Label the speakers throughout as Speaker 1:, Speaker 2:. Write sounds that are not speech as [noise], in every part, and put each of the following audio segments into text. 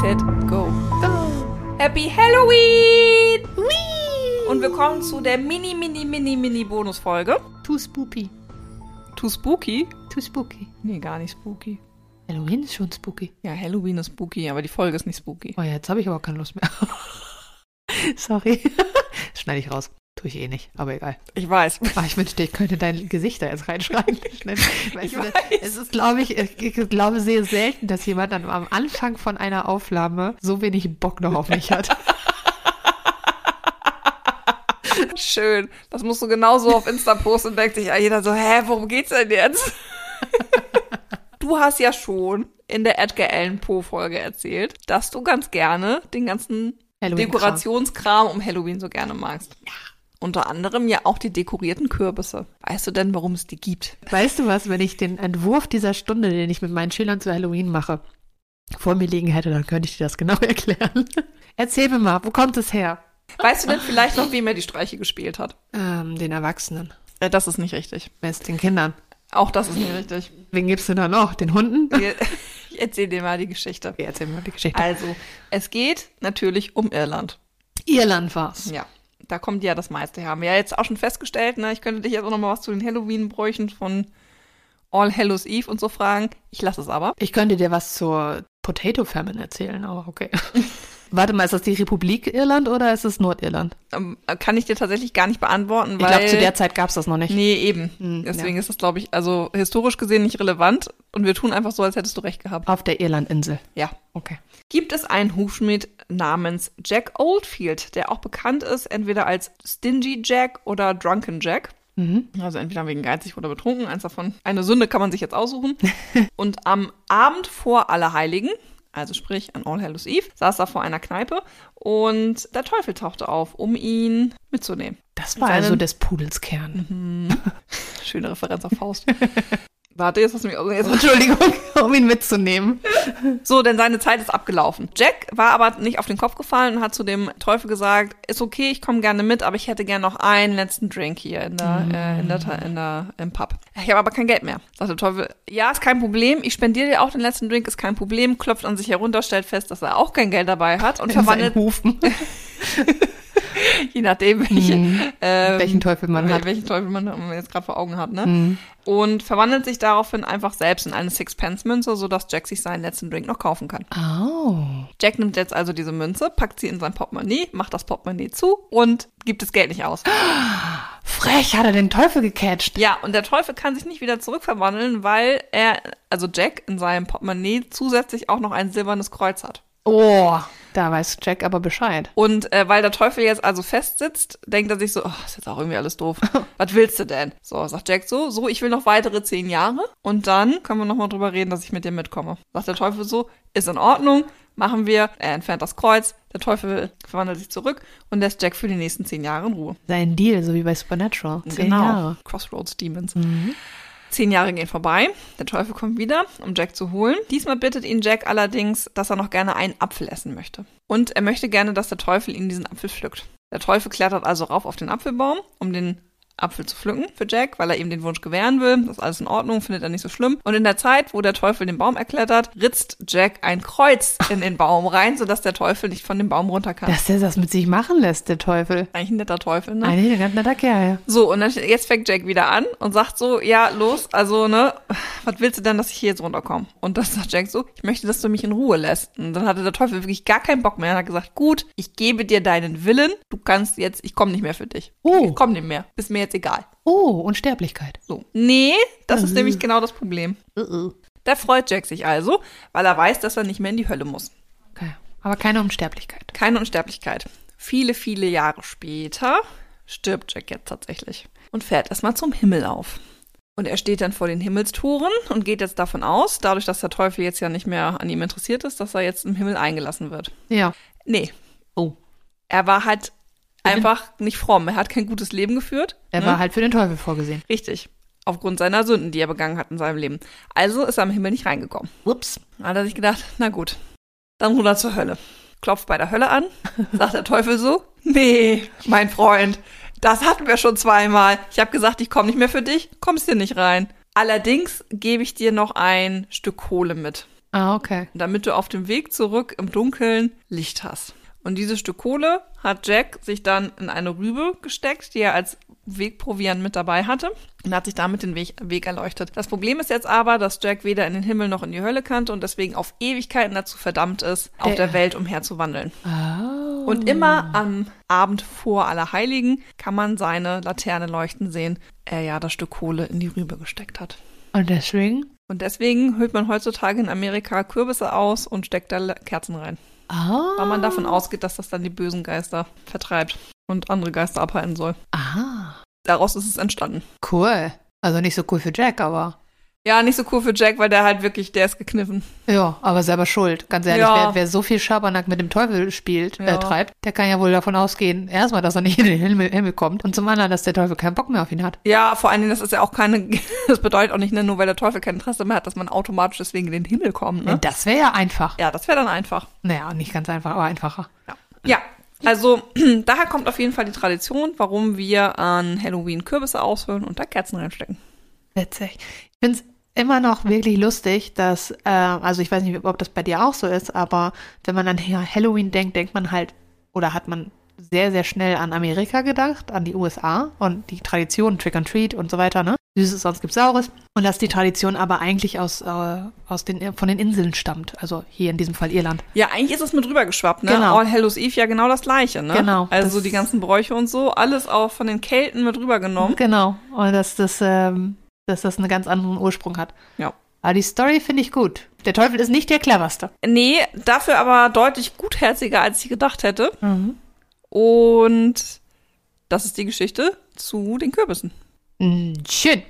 Speaker 1: set, go. Happy Halloween! Und willkommen zu der mini, mini, mini, mini Bonusfolge.
Speaker 2: Too spooky.
Speaker 1: Too spooky?
Speaker 2: Too spooky.
Speaker 1: Nee, gar nicht spooky.
Speaker 2: Halloween ist schon spooky.
Speaker 1: Ja, Halloween ist spooky, aber die Folge ist nicht spooky.
Speaker 2: Oh ja, jetzt habe ich aber keine Lust mehr. [laughs] Sorry. [laughs] Das schneide ich raus. Tue ich eh nicht, aber egal.
Speaker 1: Ich weiß. [laughs]
Speaker 2: Ah, ich wünschte, ich könnte dein Gesicht da jetzt reinschreiben.
Speaker 1: Ich
Speaker 2: Weißt du,
Speaker 1: weiß.
Speaker 2: Es ist, glaube ich, ich glaube sehr selten, dass jemand dann am Anfang von einer Aufnahme so wenig Bock noch auf mich
Speaker 1: [laughs]
Speaker 2: hat.
Speaker 1: Schön. Das musst du genauso auf Insta posten und denkt sich jeder so, hä, worum geht's denn jetzt? [laughs] du hast ja schon in der Edgar Allan Poe Folge erzählt, dass du ganz gerne den ganzen
Speaker 2: Halloween-Kram.
Speaker 1: Dekorationskram um Halloween so gerne magst. Ja. Unter anderem ja auch die dekorierten Kürbisse. Weißt du denn, warum es die gibt?
Speaker 2: Weißt du was, wenn ich den Entwurf dieser Stunde, den ich mit meinen Schülern zu Halloween mache, vor mir liegen hätte, dann könnte ich dir das genau [laughs] erklären. Erzähl mir mal, wo kommt es her?
Speaker 1: Weißt du denn vielleicht noch, wem er die Streiche gespielt hat?
Speaker 2: Ähm, den Erwachsenen.
Speaker 1: Äh, Das ist nicht richtig.
Speaker 2: Wer ist den Kindern?
Speaker 1: Auch das ist nicht richtig.
Speaker 2: Wen gibst du da noch? Den Hunden?
Speaker 1: Wir- [laughs] Ich erzähl dir mal die
Speaker 2: [laughs]
Speaker 1: Geschichte.
Speaker 2: Okay, erzähl mir die Geschichte.
Speaker 1: Also, es geht natürlich um Irland.
Speaker 2: Irland war's.
Speaker 1: Ja, da kommt ja das meiste her. Haben wir ja jetzt auch schon festgestellt, ne? Ich könnte dich jetzt auch noch mal was zu den Halloween-Bräuchen von All Hallows Eve und so fragen. Ich lasse es aber.
Speaker 2: Ich könnte dir was zur Potato Famine erzählen, aber [laughs] okay. Warte mal, ist das die Republik Irland oder ist es Nordirland?
Speaker 1: Ähm, kann ich dir tatsächlich gar nicht beantworten,
Speaker 2: Ich
Speaker 1: weil...
Speaker 2: glaube, zu der Zeit gab's das noch nicht.
Speaker 1: Nee, eben.
Speaker 2: Hm,
Speaker 1: Deswegen ist das, glaube ich, also historisch gesehen nicht relevant. Und wir tun einfach so, als hättest du recht gehabt.
Speaker 2: Auf der Irlandinsel.
Speaker 1: Ja.
Speaker 2: Okay.
Speaker 1: Gibt es einen Hufschmied namens Jack Oldfield, der auch bekannt ist, entweder als Stingy Jack oder Drunken Jack.
Speaker 2: Mhm.
Speaker 1: Also entweder wegen geizig oder betrunken, eins davon. Eine Sünde kann man sich jetzt aussuchen. Und am Abend vor Allerheiligen, also sprich an All Hallows Eve, saß er vor einer Kneipe und der Teufel tauchte auf, um ihn mitzunehmen.
Speaker 2: Das war
Speaker 1: Seinen-
Speaker 2: also des Pudels Kern.
Speaker 1: Schöne Referenz auf Faust. Warte, jetzt hast du mich aus. Jetzt
Speaker 2: Entschuldigung, [laughs] um ihn mitzunehmen.
Speaker 1: So, denn seine Zeit ist abgelaufen. Jack war aber nicht auf den Kopf gefallen und hat zu dem Teufel gesagt, ist okay, ich komme gerne mit, aber ich hätte gerne noch einen letzten Drink hier in der,
Speaker 2: Mhm.
Speaker 1: äh, in der, Ta- in der, im Pub. Ich habe aber kein Geld mehr. Sagt der Teufel, ja, ist kein Problem, ich spendiere dir auch den letzten Drink, ist kein Problem, klopft an sich herunter, stellt fest, dass er auch kein Geld dabei
Speaker 2: [laughs]
Speaker 1: hat und
Speaker 2: In seinen
Speaker 1: verwandelt,
Speaker 2: Hufen.
Speaker 1: je nachdem, welche, ähm,
Speaker 2: Mhm. Welchen Teufel man hat. Mhm.
Speaker 1: welchen Teufel man äh, jetzt gerade vor Augen hat, ne? Und verwandelt sich daraufhin einfach selbst in eine Sixpence-Münze, sodass Jack sich seinen letzten Drink noch kaufen kann.
Speaker 2: Oh.
Speaker 1: Jack nimmt jetzt also diese Münze, packt sie in sein Portemonnaie, macht das Portemonnaie zu und gibt das Geld nicht aus.
Speaker 2: Frech hat er den Teufel gecatcht.
Speaker 1: Ja, und der Teufel kann sich nicht wieder zurückverwandeln, weil er, also Jack, in seinem Portemonnaie zusätzlich auch noch ein silbernes Kreuz hat.
Speaker 2: Oh. Da weiß Jack aber Bescheid.
Speaker 1: Und äh, weil der Teufel jetzt also festsitzt, denkt er sich so, oh, ist jetzt auch irgendwie alles doof. Was willst du denn? So, sagt Jack so, so, ich will noch weitere zehn Jahre und dann können wir nochmal drüber reden, dass ich mit dir mitkomme. Sagt der Teufel so, ist in Ordnung, machen wir. Er entfernt das Kreuz, der Teufel verwandelt sich zurück und lässt Jack für die nächsten zehn Jahre in Ruhe.
Speaker 2: Sein Deal, so wie bei Supernatural. Zehn Jahre.
Speaker 1: Genau. Crossroads Demons.
Speaker 2: Mhm.
Speaker 1: Zehn Jahre gehen vorbei, der Teufel kommt wieder, um Jack zu holen. Diesmal bittet ihn Jack allerdings, dass er noch gerne einen Apfel essen möchte. Und er möchte gerne, dass der Teufel ihm diesen Apfel pflückt. Der Teufel klettert also rauf auf den Apfelbaum, um den Apfel zu pflücken für Jack, weil er ihm den Wunsch gewähren will. Das ist alles in Ordnung, findet er nicht so schlimm. Und in der Zeit, wo der Teufel den Baum erklettert, ritzt Jack ein Kreuz in den Baum rein, sodass der Teufel nicht von dem Baum runter kann.
Speaker 2: Dass der das mit sich machen lässt, der Teufel.
Speaker 1: Eigentlich ein netter Teufel, ne?
Speaker 2: Eigentlich ein ganz netter Kerl.
Speaker 1: So, und dann, jetzt fängt Jack wieder an und sagt so, ja, los, also, ne, was willst du denn, dass ich hier jetzt runterkomme? Und dann sagt Jack so, ich möchte, dass du mich in Ruhe lässt. Und dann hatte der Teufel wirklich gar keinen Bock mehr und hat gesagt, gut, ich gebe dir deinen Willen, du kannst jetzt, ich komme nicht mehr für dich.
Speaker 2: Oh.
Speaker 1: Ich komme nicht mehr, ist mir jetzt egal.
Speaker 2: Oh, Unsterblichkeit.
Speaker 1: So, nee, das ist nämlich genau das Problem.
Speaker 2: Uh,
Speaker 1: Da freut Jack sich also, weil er weiß, dass er nicht mehr in die Hölle muss.
Speaker 2: Okay. Aber keine Unsterblichkeit.
Speaker 1: Keine Unsterblichkeit. Viele, viele Jahre später stirbt Jack jetzt tatsächlich und fährt erstmal zum Himmel auf. Und er steht dann vor den Himmelstoren und geht jetzt davon aus, dadurch, dass der Teufel jetzt ja nicht mehr an ihm interessiert ist, dass er jetzt im Himmel eingelassen wird.
Speaker 2: Ja.
Speaker 1: Nee,
Speaker 2: Oh.
Speaker 1: er war halt einfach nicht fromm. Er hat kein gutes Leben geführt. ne?
Speaker 2: Er war halt für den Teufel vorgesehen.
Speaker 1: Richtig. Aufgrund seiner Sünden, die er begangen hat in seinem Leben. Also ist er im Himmel nicht reingekommen.
Speaker 2: Ups.
Speaker 1: Dann hat er sich gedacht, na gut, dann runter zur Hölle. Klopft bei der Hölle an, sagt der Teufel so, nee, mein Freund, das hatten wir schon zweimal. Ich habe gesagt, ich komme nicht mehr für dich, kommst hier nicht rein. Allerdings gebe ich dir noch ein Stück Kohle mit.
Speaker 2: Ah, okay.
Speaker 1: damit du auf dem Weg zurück im Dunkeln Licht hast. Und dieses Stück Kohle hat Jack sich dann in eine Rübe gesteckt, die er als Wegproviant mit dabei hatte und hat sich damit den Weg, Weg erleuchtet. Das Problem ist jetzt aber, dass Jack weder in den Himmel noch in die Hölle kannte und deswegen auf Ewigkeiten dazu verdammt ist, auf
Speaker 2: Der-
Speaker 1: der Welt umherzuwandeln.
Speaker 2: Ah.
Speaker 1: Und immer am Abend vor Allerheiligen kann man seine Laterne leuchten sehen, er ja das Stück Kohle in die Rübe gesteckt hat.
Speaker 2: Und deswegen?
Speaker 1: Und deswegen hüllt man heutzutage in Amerika Kürbisse aus und steckt da Le- Kerzen rein.
Speaker 2: Ah.
Speaker 1: Weil man davon ausgeht, dass das dann die bösen Geister vertreibt und andere Geister abhalten soll.
Speaker 2: Ah.
Speaker 1: Daraus ist es entstanden.
Speaker 2: Cool. Also nicht so cool für Jack, aber.
Speaker 1: Ja, nicht so cool für Jack, weil der halt wirklich, der ist gekniffen.
Speaker 2: Ja, aber selber schuld. Ganz ehrlich,
Speaker 1: Ja.
Speaker 2: wer, wer so viel Schabernack mit dem Teufel spielt,
Speaker 1: Ja.
Speaker 2: äh, treibt, der kann ja wohl davon ausgehen, erstmal, dass er nicht in den Himmel, Himmel kommt und zum anderen, dass der Teufel keinen Bock mehr auf ihn hat.
Speaker 1: Ja, vor allen Dingen, das ist ja auch keine, [laughs] das bedeutet auch nicht, ne, nur weil der Teufel kein Interesse mehr hat, dass man automatisch deswegen in den Himmel kommt, ne?
Speaker 2: Das wäre ja einfach.
Speaker 1: Ja, das wäre dann einfach.
Speaker 2: Naja, nicht ganz einfach, aber einfacher.
Speaker 1: Ja, also [clears throat] daher kommt auf jeden Fall die Tradition, warum wir an Halloween Kürbisse aushöhlen und da Kerzen reinstecken.
Speaker 2: Witzig. Ich finde es immer noch wirklich lustig, dass, äh, also ich weiß nicht, ob das bei dir auch so ist, aber wenn man an Ha- Halloween denkt, denkt man halt, oder hat man sehr, sehr schnell an Amerika gedacht, an die USA und die Tradition, Trick and Treat und so weiter, ne? Süßes, sonst gibt's Saures. Und dass die Tradition aber eigentlich aus, äh, aus den, von den Inseln stammt. Also hier in diesem Fall Irland.
Speaker 1: Ja, eigentlich ist es mit rübergeschwappt, ne?
Speaker 2: Genau.
Speaker 1: All Hallows Eve ja genau das gleiche, ne?
Speaker 2: Genau,
Speaker 1: Also
Speaker 2: das-
Speaker 1: die ganzen Bräuche und so, alles auch von den Kelten mit rübergenommen.
Speaker 2: Genau. Und dass das, ähm, dass das einen ganz anderen Ursprung hat.
Speaker 1: Ja.
Speaker 2: Aber die Story finde ich gut. Der Teufel ist nicht der cleverste.
Speaker 1: Nee, dafür aber deutlich gutherziger, als ich gedacht hätte.
Speaker 2: Mhm.
Speaker 1: Und das ist die Geschichte zu den Kürbissen.
Speaker 2: Mm, Schön.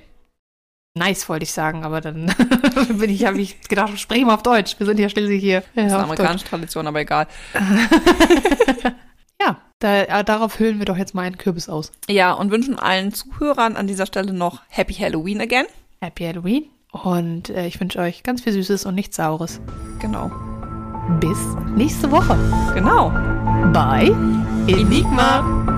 Speaker 2: Nice wollte ich sagen, aber dann [laughs] bin ich, habe ich gedacht, spreche mal auf Deutsch. Wir sind ja schließlich hier.
Speaker 1: Das ist
Speaker 2: Ja,
Speaker 1: eine
Speaker 2: auf Deutsch.
Speaker 1: amerikanische Tradition, aber egal.
Speaker 2: [laughs] ja da, äh, darauf hüllen wir doch jetzt mal einen Kürbis aus.
Speaker 1: Ja, und wünschen allen Zuhörern an dieser Stelle noch Happy Halloween again.
Speaker 2: Happy Halloween und äh, ich wünsche euch ganz viel Süßes und nichts Saures.
Speaker 1: Genau.
Speaker 2: Bis nächste Woche
Speaker 1: Genau.
Speaker 2: bei
Speaker 1: Enigma.